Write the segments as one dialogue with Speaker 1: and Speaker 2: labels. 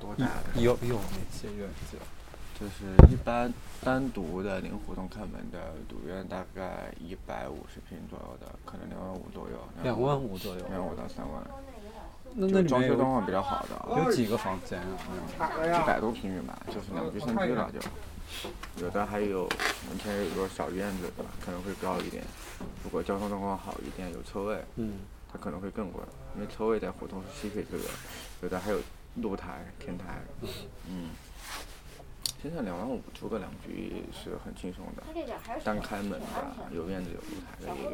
Speaker 1: 多大的？
Speaker 2: 有有那些院子，
Speaker 1: 就是一般单独的临湖东开门的独院，大概一百五十平左右的，可能两万五左右。
Speaker 2: 两万五左右。
Speaker 1: 两万五到三万，
Speaker 2: 那
Speaker 1: 就
Speaker 2: 那
Speaker 1: 是
Speaker 2: 里
Speaker 1: 装
Speaker 2: 面
Speaker 1: 修状
Speaker 2: 有
Speaker 1: 况比较好的啊，
Speaker 2: 有几个房间啊？
Speaker 1: 一百多平米吧，就是两居三居了就。有的还有门前有个小院子的，可能会高一点。如果交通状况好一点，有车位，
Speaker 2: 嗯，
Speaker 1: 它可能会更贵，因为车位在胡同是稀缺资源，有的还有露台、天台，嗯。现在两万五租个两居是很轻松的，单开门的，有院子有露台的也有，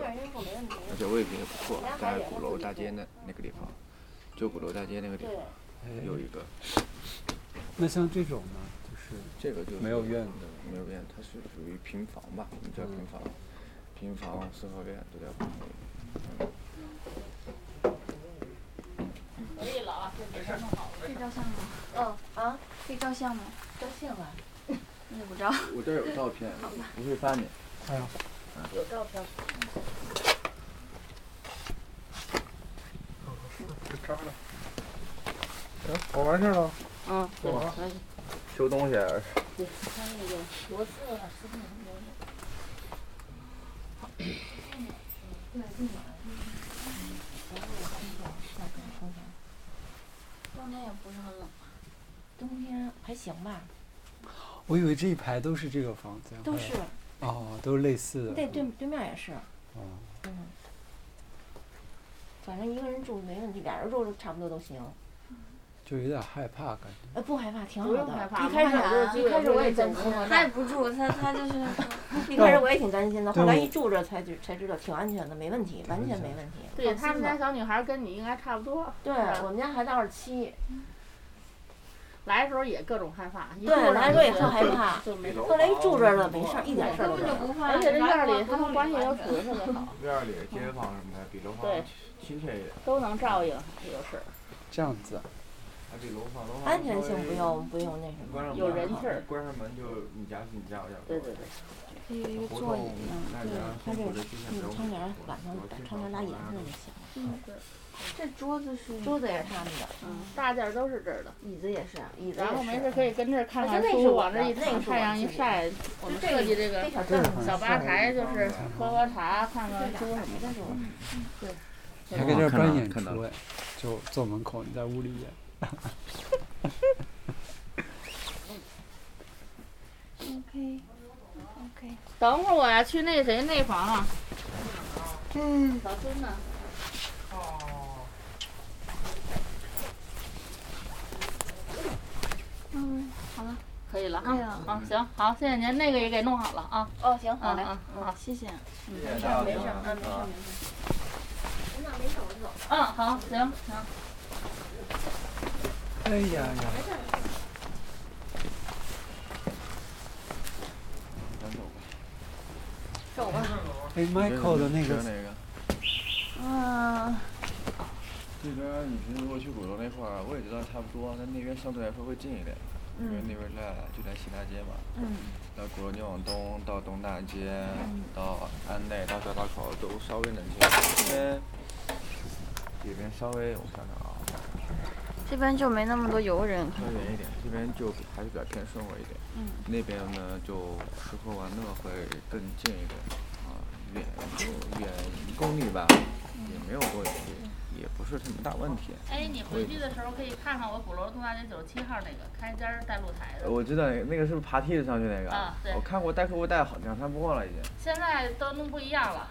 Speaker 1: 而且位置也不错，在鼓楼大街那那个地方，就鼓楼大街那个地方
Speaker 2: 哎
Speaker 1: 有一个，
Speaker 2: 那像这种呢，就是
Speaker 1: 这个就是
Speaker 2: 没有院
Speaker 1: 子，没有院子，它是属于平房吧，我们叫平房，平房四合院都叫平房。
Speaker 3: 嗯啊，可以照相吗？照相 吧。那就不照。
Speaker 1: 我这儿有照片，我会发你。
Speaker 4: 哎我完事儿了，
Speaker 3: 嗯，对，可以。
Speaker 1: 修东西，啊
Speaker 3: 穿那个骡子啊，是那冬天也不是很冷吧？冬天还行吧，
Speaker 2: 我以为这一排都是这个房间，
Speaker 3: 都
Speaker 1: 哎
Speaker 3: 是。
Speaker 2: 哦，都是类似的。
Speaker 3: 对，对对面也是。
Speaker 2: 哦
Speaker 3: 嗯。反正一个人住没问题，俩人住差不多都行。
Speaker 2: 就有点害怕感觉。
Speaker 3: 呃，不害怕，挺好
Speaker 5: 不
Speaker 3: 的。
Speaker 5: 用害怕
Speaker 3: 一开始
Speaker 5: 不
Speaker 3: 我
Speaker 5: 然
Speaker 3: 就一开始我也挺
Speaker 5: 他也不住，他他 就是
Speaker 3: 一开始我也挺担心的，
Speaker 2: 对
Speaker 3: 后来
Speaker 2: 我
Speaker 3: 一住这才知才知道挺安全的，没问题，完全没问题。
Speaker 5: 对
Speaker 3: 放
Speaker 5: 他
Speaker 3: 心
Speaker 5: 们
Speaker 3: 的
Speaker 5: 家小女孩跟你应该差不多，
Speaker 3: 对我们家孩子二十七，
Speaker 5: 来的时候也各种害怕，一
Speaker 3: 对
Speaker 5: 路上
Speaker 3: 来的时候也特害怕
Speaker 5: 就没
Speaker 3: 后来一住这儿了，没事儿，一点事儿都没有。
Speaker 5: 而且这院儿里他们关系都处的特别好，
Speaker 1: 院儿里街坊什么的比楼
Speaker 5: 对
Speaker 1: 房亲切一点，
Speaker 5: 都能照应，有事儿
Speaker 2: 这样子啊，
Speaker 1: 还比楼房楼房
Speaker 3: 安全性
Speaker 1: 稍微
Speaker 3: 不用不用那什
Speaker 1: 关上门啊
Speaker 3: 么，
Speaker 5: 有人气儿
Speaker 1: 关上门就你家是你家，我家
Speaker 5: 对对对，
Speaker 6: 可以一个
Speaker 1: 活
Speaker 6: 座
Speaker 1: 动
Speaker 6: 椅呢，
Speaker 1: 那
Speaker 3: 嗯对
Speaker 1: 你要
Speaker 3: 它这
Speaker 1: 辛苦
Speaker 3: 个
Speaker 1: 的期限
Speaker 3: 那
Speaker 1: 不
Speaker 3: 个
Speaker 1: 用
Speaker 3: 窗帘儿
Speaker 1: 我
Speaker 3: 晚上
Speaker 1: 我
Speaker 3: 把
Speaker 1: 经
Speaker 3: 窗
Speaker 1: 常
Speaker 3: 帘拉
Speaker 1: 跑
Speaker 3: 严
Speaker 1: 那儿
Speaker 3: 实了
Speaker 1: 的
Speaker 3: 就行。
Speaker 6: 这桌子是
Speaker 3: 桌子也是他们的，
Speaker 5: 嗯，大件儿都是这儿的，
Speaker 3: 椅子也是，椅子
Speaker 5: 然后没
Speaker 3: 也
Speaker 5: 事
Speaker 3: 是。
Speaker 5: 可以跟这儿看
Speaker 3: 啊
Speaker 5: 看
Speaker 3: 那是
Speaker 5: 书，
Speaker 3: 我
Speaker 5: 往这儿
Speaker 3: 的
Speaker 5: 一
Speaker 3: 那个
Speaker 5: 躺，
Speaker 3: 是
Speaker 5: 太
Speaker 3: 我
Speaker 5: 阳一
Speaker 3: 自己
Speaker 5: 晒，我们设计这个
Speaker 3: 这小
Speaker 2: 这
Speaker 3: 凳
Speaker 2: 个
Speaker 3: 子，
Speaker 5: 小吧台就是喝喝茶、看看书什么的。
Speaker 3: 但是我
Speaker 2: 还跟这儿
Speaker 1: 看到了
Speaker 2: 办
Speaker 1: 嗯
Speaker 2: 演
Speaker 1: 哦看到
Speaker 2: 出
Speaker 1: 了
Speaker 2: 哎，就坐门口，你在屋里演。
Speaker 5: 嗯
Speaker 6: OK OK，
Speaker 5: 等会儿我要去那谁那房啊，
Speaker 6: 嗯，
Speaker 5: 可以了啊
Speaker 6: 可以了
Speaker 5: 啊，行好，谢谢您，那个也给弄好了啊，
Speaker 3: 哦，行，
Speaker 5: 嗯
Speaker 3: 好嘞，
Speaker 5: 嗯好，
Speaker 6: 谢谢。
Speaker 1: 没事儿没事
Speaker 3: 嗯，没事儿没事儿。
Speaker 5: 嗯好，行行。
Speaker 2: 哎呀呀！哎，Michael 的那个
Speaker 1: 那个，
Speaker 6: 嗯，
Speaker 1: 这边你平时如果去鼓楼那块儿，我也知道差不多，但那边相对来说会近一点，因为那边在就在西大街嘛。
Speaker 6: 嗯。
Speaker 1: 到鼓楼你往东，到东大街，到安内，到小道口都稍微能近，因为里边稍微我想想啊，
Speaker 6: 这边就没那么多游人。
Speaker 1: 稍微远一点，这边就还是比较偏生活一点。
Speaker 6: 嗯。
Speaker 1: 那边呢，就吃喝玩乐会更近一点，啊，远就远一公里吧，
Speaker 5: 嗯
Speaker 1: 也没有多远，也也不是什么大问题。
Speaker 5: 哎，你回去的时候可以看看我鼓楼东大街九十七号那个开间儿带露台的，
Speaker 1: 我知道那个是不是爬梯子上去那个？
Speaker 5: 啊对
Speaker 1: 我看过带客户带好两三波了已经。
Speaker 5: 现在都弄不一样了，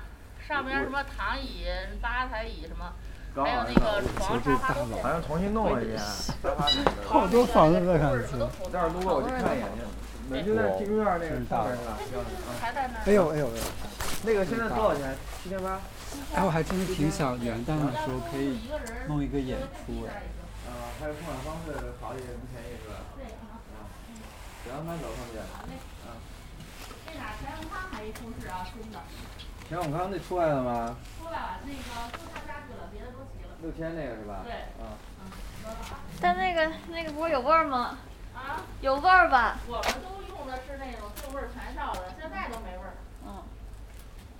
Speaker 5: 上边
Speaker 1: 我
Speaker 5: 什么躺椅、吧台椅什么，
Speaker 1: 刚
Speaker 5: 还
Speaker 1: 好
Speaker 5: 有那个
Speaker 2: 我
Speaker 5: 床
Speaker 2: 觉得
Speaker 5: 沙发都
Speaker 2: 大
Speaker 5: 变
Speaker 1: 好
Speaker 5: 了。
Speaker 1: 像重新弄了一遍，沙发什么的。
Speaker 2: 好多房子的感
Speaker 5: 那个
Speaker 2: 觉
Speaker 5: 都。涂
Speaker 1: 我这儿路过我就看一眼去，门就在金院那个上面是吧？
Speaker 5: 还在那儿。
Speaker 2: 哎呦哎呦哎呦！
Speaker 1: 那个现在多少钱？七千八。
Speaker 2: 哎，我还真是挺想元旦的时候可以
Speaker 5: 一个人
Speaker 2: 弄一个演出哎。
Speaker 1: 啊，还有付款方式好一点，不便宜是吧？对。啊，两万八九方便。啊。那
Speaker 5: 啊
Speaker 1: 啥，钱永康还一同事啊，新的。钱永康那出来了吗？出来了，那个就他家去了，别的都齐了。六千那个是吧？对。啊。
Speaker 6: 但那个那个锅有味儿吗？啊，有味儿吧？
Speaker 5: 我们都用的是那种四味儿全罩的，现在都没味儿，
Speaker 6: 嗯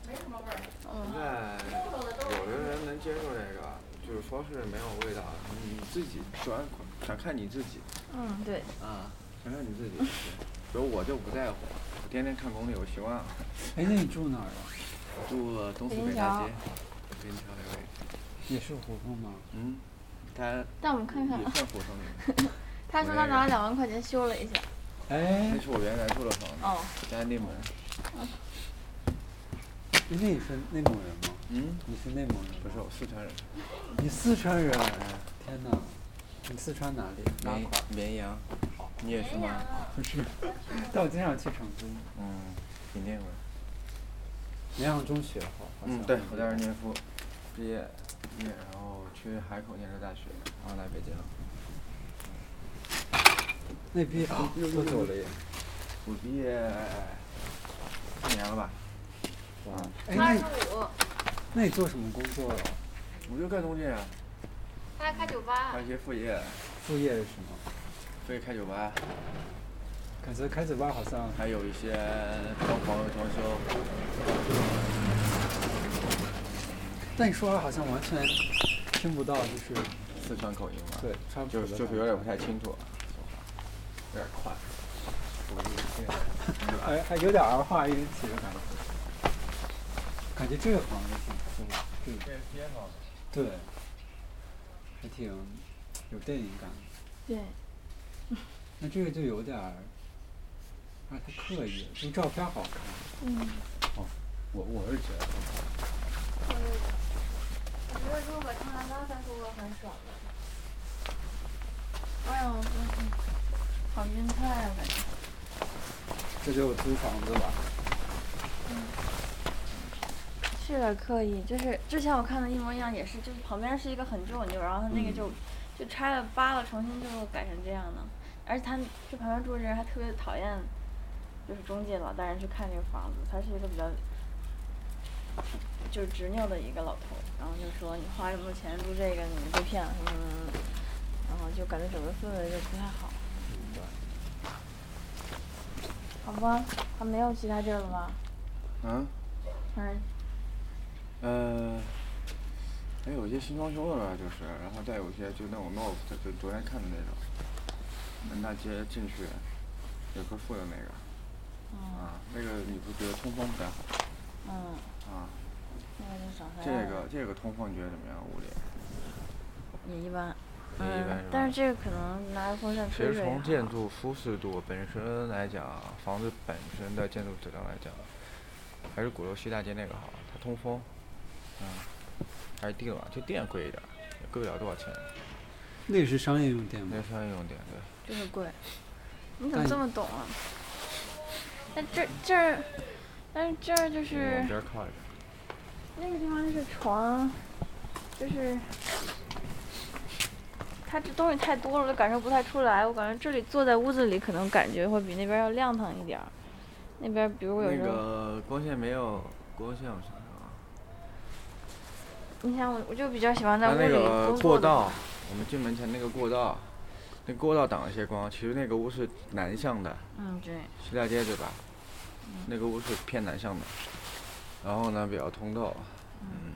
Speaker 5: 没什么味儿。
Speaker 6: 嗯，
Speaker 1: 那有的人能接受这个，就是说是没有味道，你自己喜欢想看你自己
Speaker 6: 嗯，对，
Speaker 1: 啊，想看你自己。对比如我就不在乎，我天天看攻略，我希望
Speaker 2: 哎，那你住哪儿啊？
Speaker 1: 住东四北大街，我给你挑的位置。
Speaker 2: 也是胡同吗？
Speaker 1: 嗯，它
Speaker 6: 但我们看看
Speaker 5: 嗯
Speaker 1: 也
Speaker 6: 啊。
Speaker 1: 算胡同里，
Speaker 6: 他说他拿了两万块钱修了一下。
Speaker 2: 哎
Speaker 1: 那，是我原来住的房子，
Speaker 6: 哦，
Speaker 1: 在内蒙。
Speaker 2: 那你是内蒙人吗？
Speaker 1: 嗯，
Speaker 2: 你是内蒙人吗？
Speaker 1: 不是，我四川人，
Speaker 2: 你四川人？啊天哪，你四川哪里？拉
Speaker 1: 绵
Speaker 2: 垮。
Speaker 1: 绵阳，你也是吗？
Speaker 2: 不是，但我经常去成都，
Speaker 1: 嗯，你念过？
Speaker 2: 绵阳中学好，好像
Speaker 1: 嗯，对，我在这儿念书，毕业，毕业，然后去海口念的大学，然后来北京，
Speaker 2: 那边哦，又走了耶。
Speaker 1: 我毕业四年了吧？
Speaker 2: 哇
Speaker 1: 嗯，
Speaker 2: 哎，
Speaker 6: 二十
Speaker 2: 那
Speaker 6: 五，
Speaker 2: 那你做什么工作啊了？
Speaker 1: 我就干中介啊，
Speaker 6: 他还开酒吧
Speaker 1: 干一些副业，
Speaker 2: 副业是什么？
Speaker 1: 所以开酒吧，
Speaker 2: 感觉开酒吧好像
Speaker 1: 还有一些装潢和装修。
Speaker 2: 但你说话好像完全听不到，就是
Speaker 1: 四川口音嘛，
Speaker 2: 对，川普
Speaker 1: 就
Speaker 2: 的
Speaker 1: 是就
Speaker 2: 感
Speaker 1: 是有点不
Speaker 2: 觉
Speaker 1: 太清楚，啊说话有点快，我这个
Speaker 2: 还还有点儿化音起的感觉。感觉这个行业挺不错的，对
Speaker 1: 这街坊
Speaker 2: 对，还挺有电影感。
Speaker 6: 对，
Speaker 2: 那这个就有点儿，啊，太刻意了，就照片好看。
Speaker 6: 嗯，
Speaker 2: 哦
Speaker 1: 我我是觉得，
Speaker 6: 嗯我觉得如果唱南高三出歌很爽的。哎呀，我真是好变态啊！感觉
Speaker 2: 这就是我租房子吧？
Speaker 6: 是有点刻意，就是之前我看的一模一样，也是，就是旁边是一个很旧很旧，然后他那个就、就拆了扒了，重新就改成这样的。而且他这旁边住的人还特别讨厌，就是中介老带人去看这个房子，他是一个比较就是执拗的一个老头，然后就说你花这么多钱住这个，你被骗了什么什么什么，然后就感觉整个氛围就不太好。好吧，还没有其他地儿了吗？
Speaker 1: 啊，
Speaker 6: 嗯，
Speaker 1: 呃，还有一些新装修的吧，就是，然后再有一些就那种 n o v 就昨天看的那种，南大街进去有棵树的那个，啊，那个你不觉得通风不太好？
Speaker 6: 嗯，
Speaker 1: 啊，
Speaker 6: 那个就找回来
Speaker 1: 这
Speaker 6: 了。
Speaker 1: 个这个通风你觉得怎么样？屋里？
Speaker 6: 也一般。
Speaker 1: 也一般是吧
Speaker 6: 嗯，但是这个可能拿着风扇
Speaker 1: 其
Speaker 6: 吹
Speaker 1: 实
Speaker 6: 吹也
Speaker 1: 从
Speaker 6: 好
Speaker 1: 建筑舒适度本身来讲，房子本身的建筑质量来讲，还是鼓楼西大街那个好，它通风，嗯，还是地暖，就电贵一点儿，也贵不了多少钱。
Speaker 2: 那也是商业用电吗
Speaker 1: 那？商业用电，对，
Speaker 6: 就是贵。你怎
Speaker 2: 但
Speaker 6: 么这
Speaker 2: 你
Speaker 6: 么懂啊？但这这儿，但是这儿
Speaker 1: 你
Speaker 6: 就
Speaker 1: 往
Speaker 6: 是
Speaker 1: 边儿靠一点。
Speaker 6: 那个地方就是床，就是它这东西太多了，我都感受不太出来。我感觉这里坐在屋子里，可能感觉会比那边要亮堂一点儿。那边比如有时
Speaker 1: 那
Speaker 6: 候，
Speaker 1: 个光线没有光线，我想想啊，
Speaker 6: 你想我我就比较喜欢在
Speaker 1: 它
Speaker 6: 屋
Speaker 1: 那
Speaker 6: 里
Speaker 1: 个
Speaker 6: 工作
Speaker 1: 过
Speaker 6: 的话
Speaker 1: 道，我们进门前那个过道，那过道挡了些光，其实那个屋是南向的，
Speaker 6: 嗯，对，
Speaker 1: 西大街对吧？
Speaker 6: 嗯
Speaker 1: 那个屋是偏南向的，然后呢比较通透。嗯，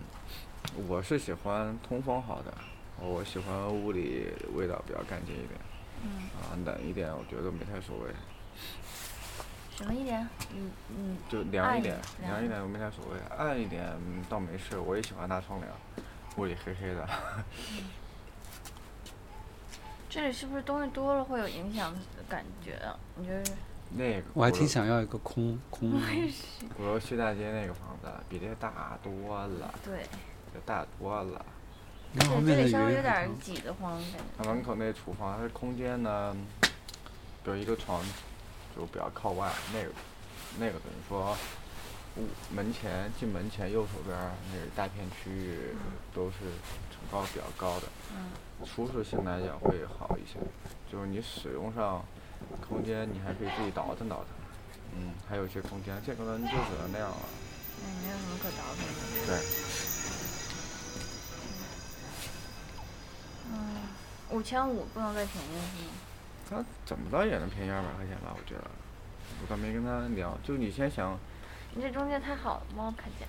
Speaker 1: 我是喜欢通风好的，我喜欢屋里味道比较干净一点。
Speaker 6: 嗯，
Speaker 1: 啊，冷一点我觉得没太所谓，
Speaker 6: 什么一点？嗯嗯，
Speaker 1: 就凉
Speaker 6: 暗
Speaker 1: 一
Speaker 6: 一
Speaker 1: 点，
Speaker 6: 凉
Speaker 1: 凉一
Speaker 6: 一
Speaker 1: 点我没太所谓，暗一点嗯倒没事，我也喜欢拉窗帘，屋里黑黑的。
Speaker 6: 这里是不是东西多了会有影响的感觉啊？你觉得是？
Speaker 1: 那个
Speaker 2: 我还
Speaker 1: 鼓
Speaker 2: 挺
Speaker 1: 楼
Speaker 2: 想要一个空空的。
Speaker 1: 鼓楼西大街那个房子啊比这大多了，
Speaker 6: 对，
Speaker 1: 这大多了。
Speaker 2: 那后
Speaker 6: 对，
Speaker 2: 面
Speaker 6: 这
Speaker 2: 的
Speaker 6: 里稍
Speaker 2: 有
Speaker 6: 微
Speaker 2: 一
Speaker 6: 有
Speaker 2: 个
Speaker 6: 点儿
Speaker 2: 空
Speaker 6: 挤得慌，感觉。
Speaker 1: 它门口那厨房，它的空间呢，比如一个床，就比较靠外，那个那个等于说，屋门前进门前右手边儿那个大片区域都是层高比较高的，舒适性来讲会好一些，就是你使用上空间你还可以自己倒腾倒腾，嗯，还有一些空间，这个呢你就只能那样了，
Speaker 6: 嗯，没有什么可倒腾的。
Speaker 1: 对，
Speaker 6: 嗯，五千五不能再便宜是
Speaker 1: 它
Speaker 6: 吗？
Speaker 1: 怎么着也能便宜二百块钱吧，我觉得，我倒没跟他聊，就你先想。
Speaker 6: 你这中介太好了，帮我砍价。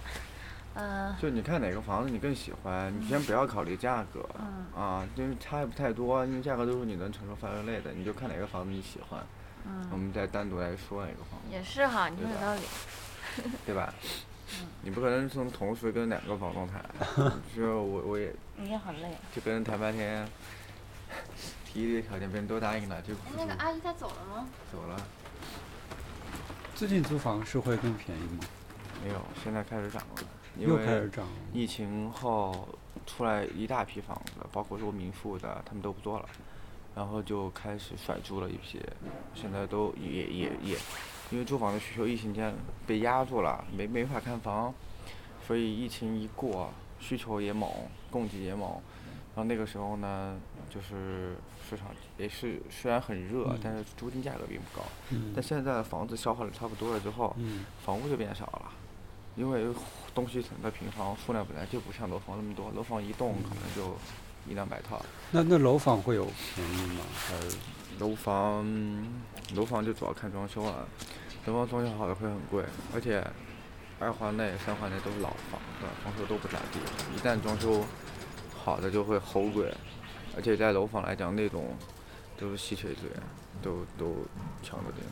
Speaker 6: 嗯
Speaker 1: 就你看哪个房子你更喜欢，你先不要考虑价格，
Speaker 6: 嗯
Speaker 1: 啊，因为差也不太多，因为价格都是你能承受范围内的，你就看哪个房子你喜欢，我
Speaker 6: 嗯，
Speaker 1: 们再单独来说哪个房子，
Speaker 6: 也是哈，你说有
Speaker 1: 对吧
Speaker 6: 道理。
Speaker 1: 对吧？
Speaker 6: 嗯
Speaker 1: 你不可能从同时跟两个房东 谈，就是我我也
Speaker 3: 你也好累。
Speaker 1: 就跟人谈半天，提一堆条件，别人都答应了，就
Speaker 6: 哎，那个阿姨她走了吗？
Speaker 1: 走了，
Speaker 2: 最近租房是会更便宜吗？
Speaker 1: 没有，现在开始涨了，因
Speaker 2: 又开
Speaker 1: 为
Speaker 2: 始涨了。
Speaker 1: 疫情后出来一大批房子，包括做民宿的，他们都不做了，然后就开始甩租了一批，现在都也也也，因为租房的需求疫情间被压住了，没没法看房，所以疫情一过，需求也猛，供给也猛，然后那个时候呢，就是市场也是虽然很热，
Speaker 2: 嗯
Speaker 1: 但是租金价格并不高，
Speaker 2: 嗯
Speaker 1: 但现在房子消耗的差不多了之后，
Speaker 2: 嗯
Speaker 1: 房屋就变少了，因为东西城的平房数量本来就不像楼房那么多，楼房一栋可能就一两百套，
Speaker 2: 那那楼房会有便宜吗？还是
Speaker 1: 楼房楼房就主要看装修了，楼房装修好的会很贵，而且二环内、三环内都是老房子，装修都不咋地，一旦装修好的就会齁贵，而且在楼房来讲，那种都是稀缺资源，都都抢着点。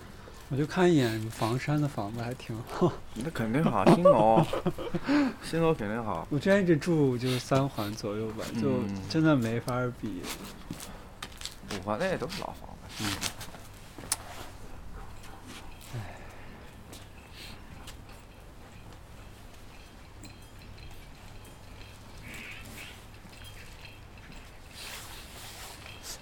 Speaker 2: 我就看一眼房山的房子还挺好。
Speaker 1: 那肯定好，新楼， 新楼肯定好。
Speaker 2: 我之前一直住就是三环左右吧，就
Speaker 1: 嗯
Speaker 2: 真的没法儿比。
Speaker 1: 五环内都是老房子。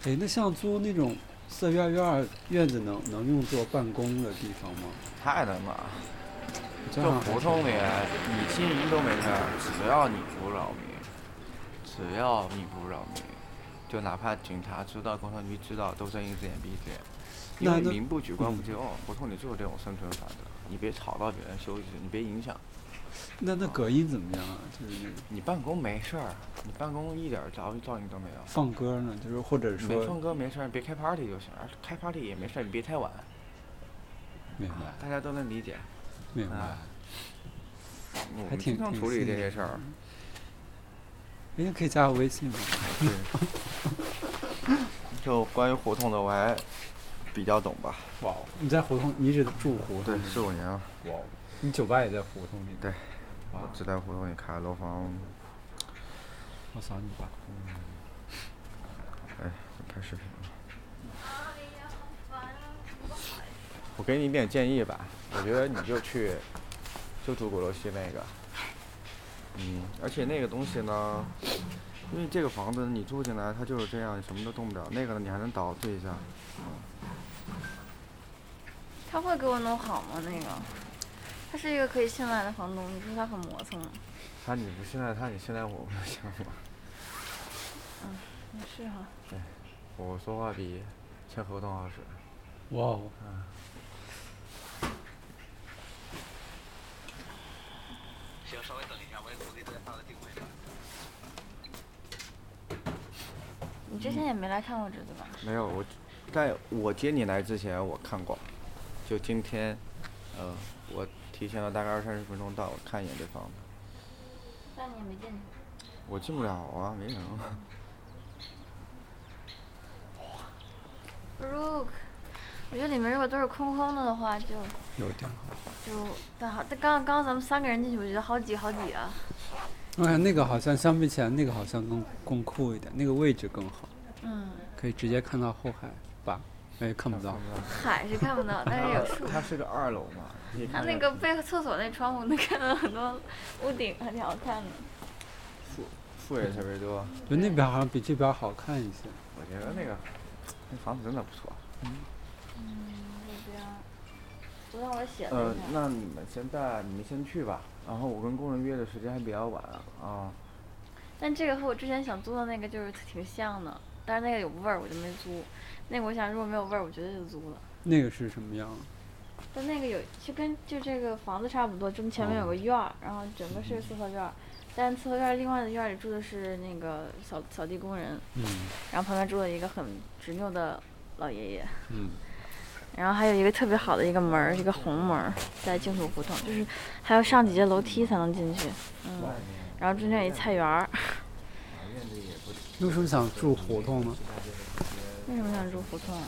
Speaker 2: 哎，那像租那种四合院院儿院子能能用作办公的地方吗？
Speaker 1: 太难了，
Speaker 2: 我
Speaker 1: 就
Speaker 2: 家好像还
Speaker 1: 胡
Speaker 2: 是
Speaker 1: 同里，你经营都没事儿，只要你不扰民，只要你不扰民，就哪怕警察知道、工商局知道，都睁一只眼闭一只眼。因
Speaker 2: 那
Speaker 1: 为
Speaker 2: 那嗯
Speaker 1: 民不举，官不究，胡同里就是这种生存法则。你别吵到别人休息，你别影响。
Speaker 2: 那那隔音怎么样啊？就是那种
Speaker 1: 你办公没事儿，你办公一点儿噪噪音都没有。
Speaker 2: 放歌呢，就是或者
Speaker 1: 没
Speaker 2: 说
Speaker 1: 唱歌没事儿，别开 party 就行，而开 party 也没事儿，你别太晚，
Speaker 2: 明白
Speaker 1: 大家都能理解。
Speaker 2: 明白。
Speaker 1: 啊我
Speaker 2: 还
Speaker 1: 们
Speaker 2: 挺
Speaker 1: 经常
Speaker 2: 挺
Speaker 1: 处理
Speaker 2: 细
Speaker 1: 这
Speaker 2: 腻
Speaker 1: 些
Speaker 2: 的
Speaker 1: 事儿。
Speaker 2: 哎，可以加我微信吗？
Speaker 1: 就关于胡同的，我还比较懂吧。
Speaker 2: 哇，你在胡同，你一直住胡同
Speaker 1: 对
Speaker 2: 里，，
Speaker 1: 四五年了，
Speaker 2: 哇，你酒吧也在胡同里。
Speaker 1: 对我只在胡同里开楼房，
Speaker 2: 我扫你吧。
Speaker 1: 拍视频了。我给你一点建议吧，我觉得你就去，就住鼓楼西那个。嗯，而且那个东西呢，因为这个房子你住进来，它就是这样，你什么都动不了。那个呢，你还能倒置一下。
Speaker 6: 他会给我弄好吗？那个，他是一个可以信赖的房东，你说他很磨蹭吗？
Speaker 1: 他你不信赖他，你信赖我不就行了吗？
Speaker 6: 也是哈，
Speaker 1: 我说话比签合同好使。
Speaker 2: 哇哦，
Speaker 4: 行，稍微等一下，我也努力在它的定位上。
Speaker 6: 你之前也没来看过这对吧？
Speaker 1: 没有，我在我接你来之前我看过，就今天，呃，我提前了大概二三十分钟到，我看一眼这房子，
Speaker 6: 半年没见你。
Speaker 1: 我进不了啊，没人啊。
Speaker 6: Brooke，我觉得里面如果都是空空的的话，就
Speaker 2: 有点好。
Speaker 6: 就但好，但刚刚咱们三个人进去，我觉得好挤好挤啊。
Speaker 2: 我感觉那个好像相比起来，那个好像更更酷一点，那个位置更好，
Speaker 6: 嗯，
Speaker 2: 可以直接看到后海吧？哎，看不到。
Speaker 6: 海是看不到，但是有树。
Speaker 1: 它是个二楼嘛，你
Speaker 6: 它
Speaker 1: 看
Speaker 6: 那
Speaker 1: 着
Speaker 6: 个背后厕所那窗户能看到 很多屋顶，还挺好看的。
Speaker 1: 树树也特别多，
Speaker 2: 就那边好像比这边好看一些。
Speaker 1: 我觉得那个那房子真的不错。
Speaker 6: 嗯那边，昨天我写了
Speaker 1: 呃
Speaker 6: 一下，。
Speaker 1: 那你们现在你们先去吧，然后我跟工人约的时间还比较晚啊，
Speaker 6: 但这个和我之前想租的那个就是挺像的，但是那个有味儿，我就没租。那个我想如果没有味儿，我绝对就租了。
Speaker 2: 那个是什么样？啊
Speaker 6: 但那个有就跟就这个房子差不多，就前面
Speaker 1: 哦
Speaker 6: 有个院儿，然后整个是四合院儿，但四合院儿另外的院儿里住的是那个扫扫地工人，
Speaker 2: 嗯
Speaker 6: 然后旁边住了一个很执拗的老爷爷，
Speaker 2: 嗯，
Speaker 6: 然后还有一个特别好的一个门儿，一个红门儿，在净土胡同，就是还要上几节楼梯才能进去。嗯，然后中间有一菜园儿。
Speaker 2: 为什么想住胡同呢？
Speaker 6: 为什么想住胡同啊？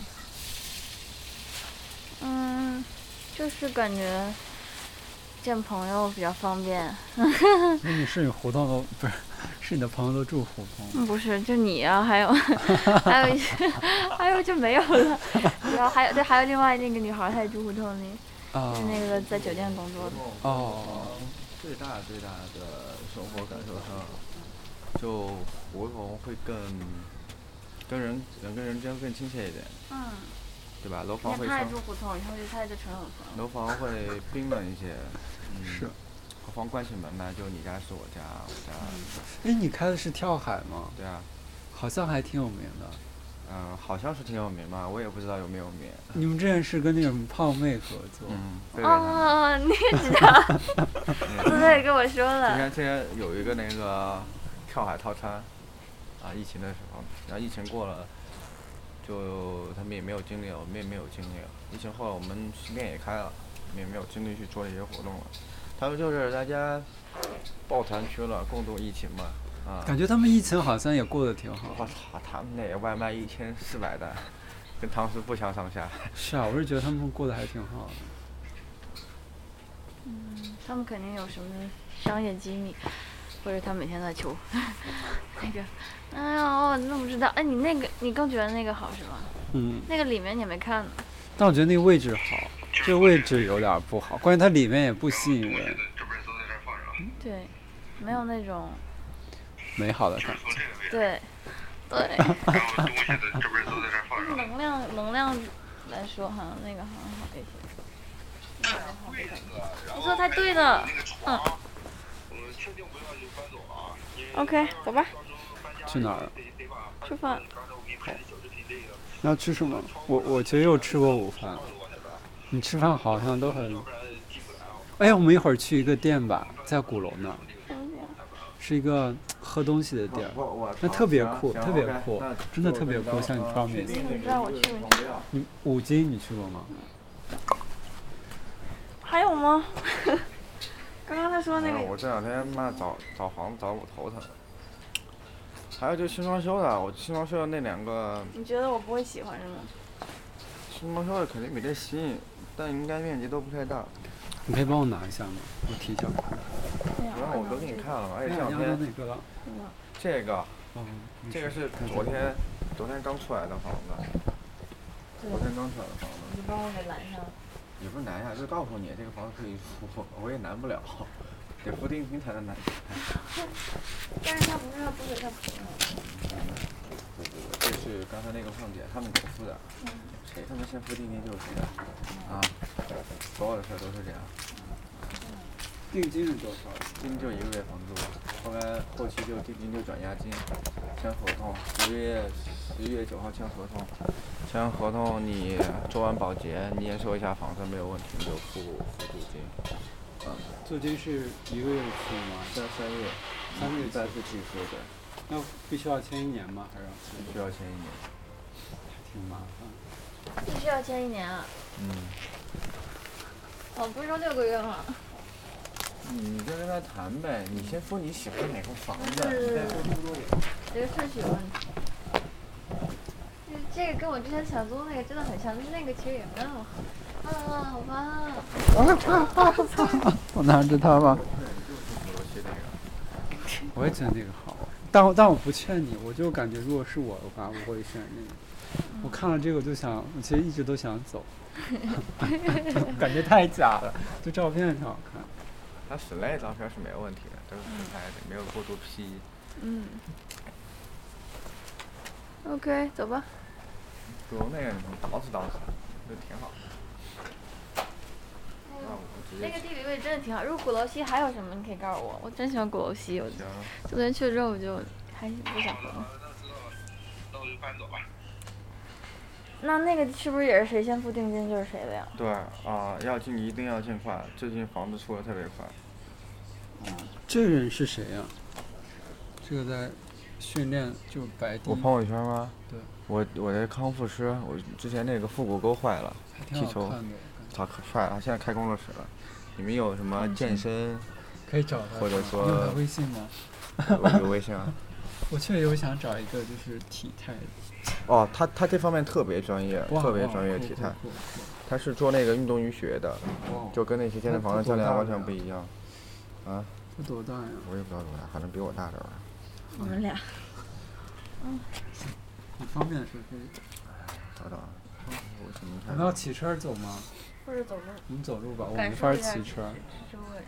Speaker 6: 嗯，就是感觉见朋友比较方便。
Speaker 2: 那你是你胡同都 不是，是你的朋友都住胡同，
Speaker 6: 嗯不是，就你啊，还有 还有一些， 还有就没有了。然后还有对，还有另外那个女孩儿，她也住胡同里，
Speaker 2: 啊
Speaker 6: 是那个在酒店工作的。
Speaker 2: 哦，
Speaker 1: 最大最大的生活感受上，就胡同会更跟人人跟人之间更亲切一点，
Speaker 6: 嗯，
Speaker 1: 对吧？楼房
Speaker 6: 因
Speaker 1: 会
Speaker 6: 为她也
Speaker 1: 相
Speaker 6: 住胡同，以后就她就成很朋友。
Speaker 1: 楼房会冰冷一些，嗯、
Speaker 2: 是。
Speaker 1: 楼房关起门来就你家是我家，我家
Speaker 2: 哎，你开的是跳海吗？
Speaker 1: 对啊，
Speaker 2: 好像还挺有名的。
Speaker 1: 嗯，好像是挺有名吧，我也不知道有没有名。
Speaker 2: 你们之前是跟那个什么胖妹合作，
Speaker 1: 嗯，贝贝他们
Speaker 6: 哦，你也知道，
Speaker 1: 嗯
Speaker 6: 思思也跟我说
Speaker 1: 之
Speaker 6: 了。
Speaker 1: 前之前有一个那个跳海套餐，啊，疫情的时候，然后疫情过了，就他们也没有精力了，我们也没有精力了。疫情后来我们店也开了，我们也没有精力去做这些活动了。他们就是大家抱团取暖，共度疫情嘛，啊。
Speaker 2: 感觉他们疫情好像也过得挺好。
Speaker 1: 我操，他们那外卖一千四百单，跟唐诗不相上下。
Speaker 2: 是啊，我是觉得他们过得还挺好的。
Speaker 6: 他们肯定有什么商业机密，或者他每天在求 那个。哎呀，我那不知道。哎，你那个你更觉得那个好是吧？
Speaker 2: 嗯，
Speaker 6: 那个里面你没看呢。
Speaker 2: 但我觉得那个位置好，这个位置有点儿不好，关键它里面也不吸引人，
Speaker 4: 这不是都在这儿放着啊？
Speaker 6: 对，没有那种
Speaker 2: 美好的
Speaker 4: 就
Speaker 2: 感
Speaker 4: 是从这个位置，
Speaker 6: 对对
Speaker 4: 然后东 西的这不是都在这儿放着啊？
Speaker 6: 能量能量来说，好像那个好像好一些。
Speaker 4: 柜子，然
Speaker 6: 不
Speaker 4: 后
Speaker 6: 错，他对嗯的
Speaker 4: 那。个床，我们确定不要就搬走啊，因为
Speaker 6: OK，走吧。
Speaker 4: 到时候搬家
Speaker 2: 去哪儿？
Speaker 4: 得得把搬
Speaker 6: 吃饭。
Speaker 4: 刚才我给你拍的小视频这个
Speaker 2: 你要吃什么？我我其实又吃过午饭，你吃饭好像都很。
Speaker 6: 嗯
Speaker 2: 哎，我们一会儿去一个店吧，在鼓楼那儿，是一个喝东西的
Speaker 1: 啊
Speaker 2: 店儿。那特别酷特别酷真的特别酷像你方便
Speaker 6: 你怎么知道我去过那个？
Speaker 2: 你五金你去过吗？
Speaker 6: 还有吗？刚刚他说那
Speaker 1: 哎
Speaker 6: 个
Speaker 1: 我这两天妈找找房子找我头疼。还有就新装修的，我新装修的那两个
Speaker 6: 你觉得我不会喜欢是吗？
Speaker 1: 新装修的肯定比这新，但应该面积都不太大。
Speaker 2: 你可以帮我拿一下吗？我提一下。
Speaker 6: 啊
Speaker 1: 然后我都给你看了嘛，而
Speaker 2: 哎
Speaker 1: 且这
Speaker 2: 呀，
Speaker 1: 两
Speaker 2: 要到
Speaker 1: 天
Speaker 2: 那个了。
Speaker 1: 这个
Speaker 2: 哦，没
Speaker 1: 这
Speaker 2: 事
Speaker 1: 个是昨天昨天刚出来的房子，昨天刚出来的房子，
Speaker 3: 你帮我给拦上了。
Speaker 1: 也不是难呀，就告诉你这个房子可以出，我也难不了，得付定金才能难。
Speaker 3: 但是他不是他不给他
Speaker 1: 不不不，这是刚才那个凤姐他们给付的，
Speaker 3: 嗯
Speaker 1: 谁他妈先付定金就是谁的，啊，所有的事儿都是这样，
Speaker 2: 定金是多少？
Speaker 1: 定金就一个月房租，后来后期就定金就转押金，签合同，十月十月九号签合同，签完合同你做完保洁，你验收一下房子没有问题，你就付付租金，
Speaker 2: 租金是一个月付吗？
Speaker 1: 在嗯三月，
Speaker 2: 三个月
Speaker 1: 再次续付的，
Speaker 2: 那必须要签一年吗？还是要签？
Speaker 1: 需要签一年，
Speaker 2: 挺麻烦。
Speaker 6: 必须要签一年啊！
Speaker 1: 嗯。
Speaker 6: 哦，不是说六个月吗？
Speaker 1: 你就跟他谈呗，你先说你喜欢哪个房子，你再说住多久。
Speaker 6: 这个顺序有问题。这这个跟我之前想租那个真的很像，但是那个其实也没有那么好。啊，好吧。
Speaker 2: 我拿着它吧。我也觉得那个好，但我但我不劝你，我就感觉如果是我的话，我会选那个。我看了这个，我就想，我其实一直都想走， 感觉太假了，就照片也挺好看。
Speaker 1: 他室内照片是没有问题的，都是自拍的，没有过度 P。
Speaker 6: 嗯。OK，走吧。
Speaker 1: 主楼那个你捯饬捯饬，就挺好的。那我直
Speaker 6: 那
Speaker 1: 接
Speaker 6: 个地理位置真的挺好。如果鼓楼西还有什么，你可以告诉我。我真喜欢鼓楼西，我
Speaker 1: 行，
Speaker 6: 昨天去了之后我就还是不想回
Speaker 4: 好
Speaker 6: 了。
Speaker 4: 了，那知道了，那我就搬走吧。
Speaker 6: 那那个是不是也是谁先付定金就是谁的呀？
Speaker 1: 对啊、要进一定要尽快，最近房子出的特别快。
Speaker 2: 这个人啊是谁呀、这个在训练，就白地。
Speaker 1: 我朋友圈吗？
Speaker 2: 对。
Speaker 1: 我我的康复师，我之前那个复古沟坏了，
Speaker 2: 还挺好看的，
Speaker 1: 他可帅了，现在开工作室了。你们有什
Speaker 2: 嗯
Speaker 1: 么健 身？
Speaker 2: 可以找他。
Speaker 1: 或者说
Speaker 2: 你有他微信吗？
Speaker 1: 我有微信啊。
Speaker 2: 我确实有想找一个就是体态，
Speaker 1: 哦，他他这方面特别专业，
Speaker 2: 哇
Speaker 1: 特别
Speaker 2: 哇
Speaker 1: 专业
Speaker 2: 酷
Speaker 1: 体
Speaker 2: 酷
Speaker 1: 态。
Speaker 2: 酷
Speaker 1: 他是做那个运动医学的，
Speaker 2: 酷哇，
Speaker 1: 就跟那些健身房的教练完全不一样。啊，
Speaker 2: 他多大呀？
Speaker 1: 我也不知道多大，反正比我大点儿吧。
Speaker 6: 你们俩
Speaker 2: 你方便说可以。
Speaker 1: 等等啊，我什么
Speaker 2: 哦
Speaker 1: 啊
Speaker 2: 我们要
Speaker 1: 看？
Speaker 2: 骑车走吗？
Speaker 6: 或者走路
Speaker 2: 我们走路吧，我
Speaker 6: 感
Speaker 2: 没
Speaker 6: 受
Speaker 2: 法
Speaker 6: 一下
Speaker 2: 骑车。
Speaker 6: 去周围，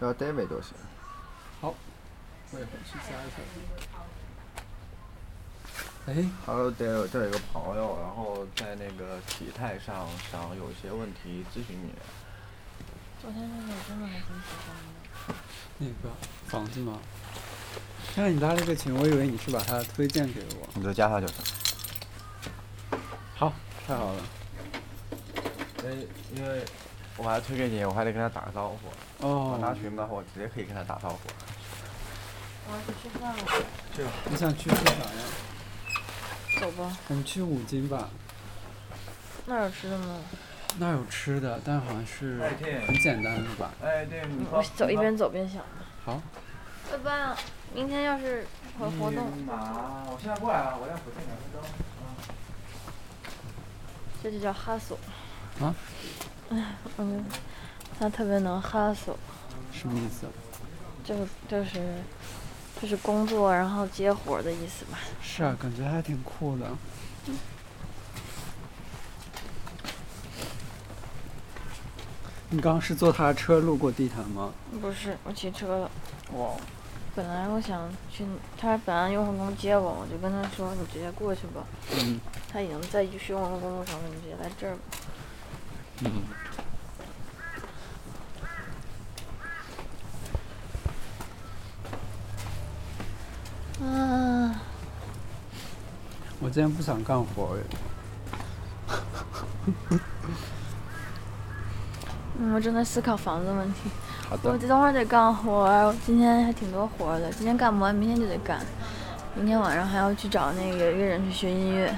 Speaker 1: 要 David 就行。
Speaker 2: 我一会儿去加一下。哎，
Speaker 1: Hello David，这儿有个朋友，然后在那个体态上想有一些问题咨询你。
Speaker 3: 昨天那个我真的还挺喜欢的。
Speaker 2: 那个房子吗？但是你拉了一个群，我以为你是把它推荐给我。
Speaker 1: 你就加他就行。
Speaker 2: 好，太好了。
Speaker 1: 因为因为我还推荐你，我还得跟他打个招呼。我拿
Speaker 2: 哦，
Speaker 1: 群的话，我直接可以跟他打招呼。
Speaker 3: 我要去吃饭了，
Speaker 2: 你想去吃啥呀？
Speaker 3: 走吧。
Speaker 2: 我们去五金吧，
Speaker 3: 那儿有吃的吗？
Speaker 2: 那儿有吃的，但好像是很简单是吧？
Speaker 1: 哎，对，你
Speaker 3: 我走一边走边想。
Speaker 2: 好，
Speaker 6: 拜拜。明天要是活活动，
Speaker 1: 嘛，我现在过来了，我在附近两分钟。
Speaker 6: 这就叫哈索。
Speaker 2: 啊？
Speaker 6: 哎，我们他特别能哈索，
Speaker 2: 什么意思啊？
Speaker 6: 就就是就是工作然后接活儿的意思吧。
Speaker 2: 是啊，感觉还挺酷的。你刚刚是坐他的车路过地坛吗？
Speaker 6: 不是，我骑车了。
Speaker 2: 哇，
Speaker 6: 本来我想去，他本来雍和宫接我，我就跟他说你直接过去吧。
Speaker 2: 嗯
Speaker 6: 他已经在去雍和宫公路上了，你直接来这儿吧。
Speaker 2: 嗯，
Speaker 6: 嗯，
Speaker 2: 我今天不想干活儿，
Speaker 6: 嗯我正在思考房子问题。
Speaker 2: 好
Speaker 6: 我
Speaker 2: 的，
Speaker 6: 这等会儿得干活儿，我今天还挺多活儿的，今天干不完，明天就得干。明天晚上还要去找那个一个人去学音乐。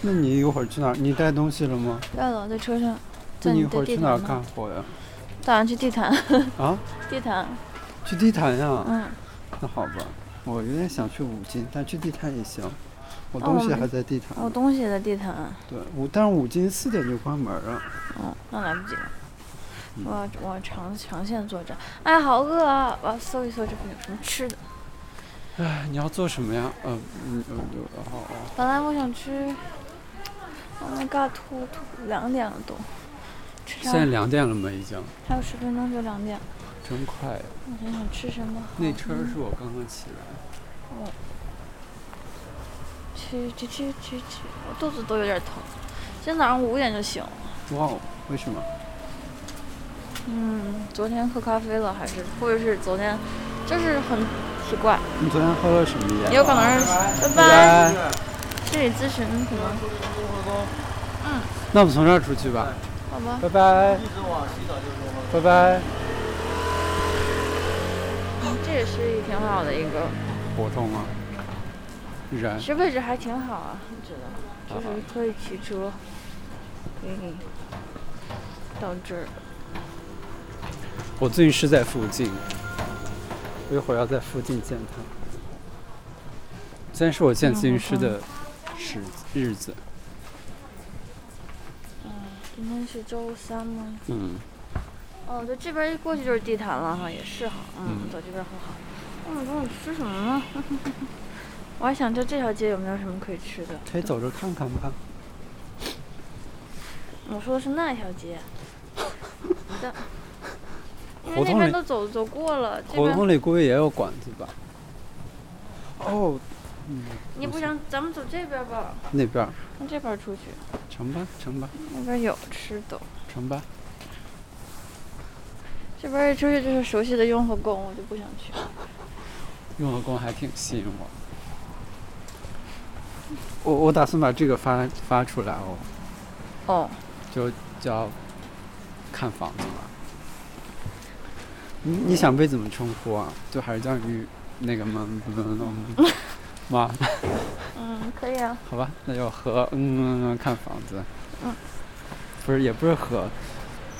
Speaker 2: 那你一会儿去哪儿？你带东西了吗？
Speaker 6: 对了，在车上，
Speaker 2: 那
Speaker 6: 在
Speaker 2: 你
Speaker 6: 你
Speaker 2: 一会
Speaker 6: 的
Speaker 2: 儿去
Speaker 6: 地
Speaker 2: 哪儿
Speaker 6: 毯呢？
Speaker 2: 干活呀？
Speaker 6: 带人去地毯，
Speaker 2: 啊，
Speaker 6: 地毯，
Speaker 2: 去地坛呀、
Speaker 6: 嗯，
Speaker 2: 那好吧，我有点想去五金，但去地坛也行。我东西
Speaker 6: 哦
Speaker 2: 还在地坛呢。
Speaker 6: 我东西也在地毯，啊
Speaker 2: 对，我但是五金四点就关门啊了。
Speaker 6: 嗯，那来不及了。我
Speaker 2: 嗯
Speaker 6: 要我要长长线作战，哎，好饿啊！我要搜一搜这边有什么吃的。
Speaker 2: 哎，你要做什么呀？呃，嗯，呃，呃哦哦，
Speaker 6: 本来我想吃，Oh my god，吐吐，两点了都，吃
Speaker 2: 现
Speaker 6: 啥
Speaker 2: 在？两点了嘛，已经，
Speaker 6: 还有十分钟就两点，
Speaker 2: 真快。
Speaker 6: 我想想吃什么好。
Speaker 2: 那车是我刚刚起来，
Speaker 6: 去去去去去，我肚子都有点疼。今天早上五点就醒了，
Speaker 2: 哇哦，为什么？
Speaker 6: 嗯，昨天喝咖啡了还是，或者是昨天，就是很奇怪，
Speaker 2: 你昨天喝了什么
Speaker 6: 也
Speaker 2: 呀？
Speaker 6: 有可能是
Speaker 2: 拜
Speaker 6: 拜拜
Speaker 2: 拜。
Speaker 6: 心理咨询可能，
Speaker 2: 那我们从这儿出去吧，
Speaker 6: 好吧。
Speaker 2: 拜拜，
Speaker 4: 一直往洗澡就是说
Speaker 2: 拜拜。
Speaker 6: 这也是挺好的一个，
Speaker 2: 活动啊，人
Speaker 6: 其实位置还挺好啊，我觉得，就是可以骑车，嗯，到这儿。
Speaker 2: 我最近是在附近，我一会儿要在附近见他。今天是我见咨询师的时日子，
Speaker 6: 今天是周三吗？
Speaker 2: 嗯，
Speaker 6: 哦，对，这边一过去就是地坛了哈，也是哈，嗯，
Speaker 2: 嗯
Speaker 6: 走这边很好。嗯，中午吃什么呢？ 我还想着这条街有没有什么可以吃的。
Speaker 2: 可以走着看看吧。
Speaker 6: 我说的是那条街。 但因为
Speaker 2: 胡
Speaker 6: 那
Speaker 2: 同
Speaker 6: 边
Speaker 2: 里
Speaker 6: 都走走过了，这
Speaker 2: 活
Speaker 6: 边
Speaker 2: 动里估计也有馆子吧？哦，嗯，
Speaker 6: 你不想，咱们走这边吧，
Speaker 2: 那边儿
Speaker 6: 从这边出去，
Speaker 2: 成吧，成吧，
Speaker 6: 那边有吃的。
Speaker 2: 成吧。
Speaker 6: 这边一出去就是熟悉的雍和宫，我就不想去。
Speaker 2: 雍和宫还挺吸引我。我我打算把这个发发出来哦，
Speaker 6: 哦，
Speaker 2: 就叫看房子吗？你你想被怎么称呼啊？就还是叫你玉那个吗？不不不不，妈，
Speaker 6: 嗯，可以啊，
Speaker 2: 好吧，那就和嗯嗯嗯看房子。
Speaker 6: 嗯。
Speaker 2: 不是，也不是和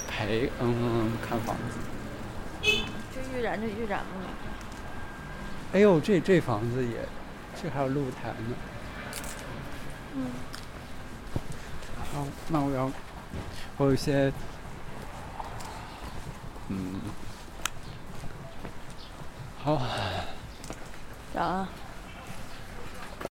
Speaker 2: 陪嗯嗯嗯看房子。
Speaker 6: 就预染就预染嘛。
Speaker 2: 哎呦，这这房子也，这还有露台呢。
Speaker 6: 嗯，
Speaker 2: 好，那我要，我有一些，嗯，好，
Speaker 6: 咋了？